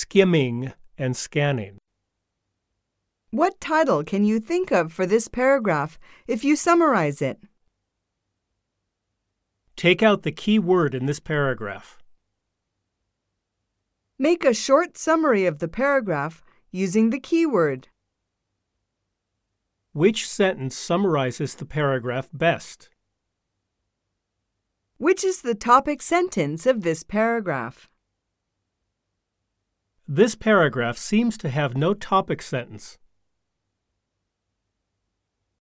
skimming and scanning. What title can you think of for this paragraph if you summarize it? Take out the key word in this paragraph. Make a short summary of the paragraph using the keyword. Which sentence summarizes the paragraph best? Which is the topic sentence of this paragraph? This paragraph seems to have no topic sentence.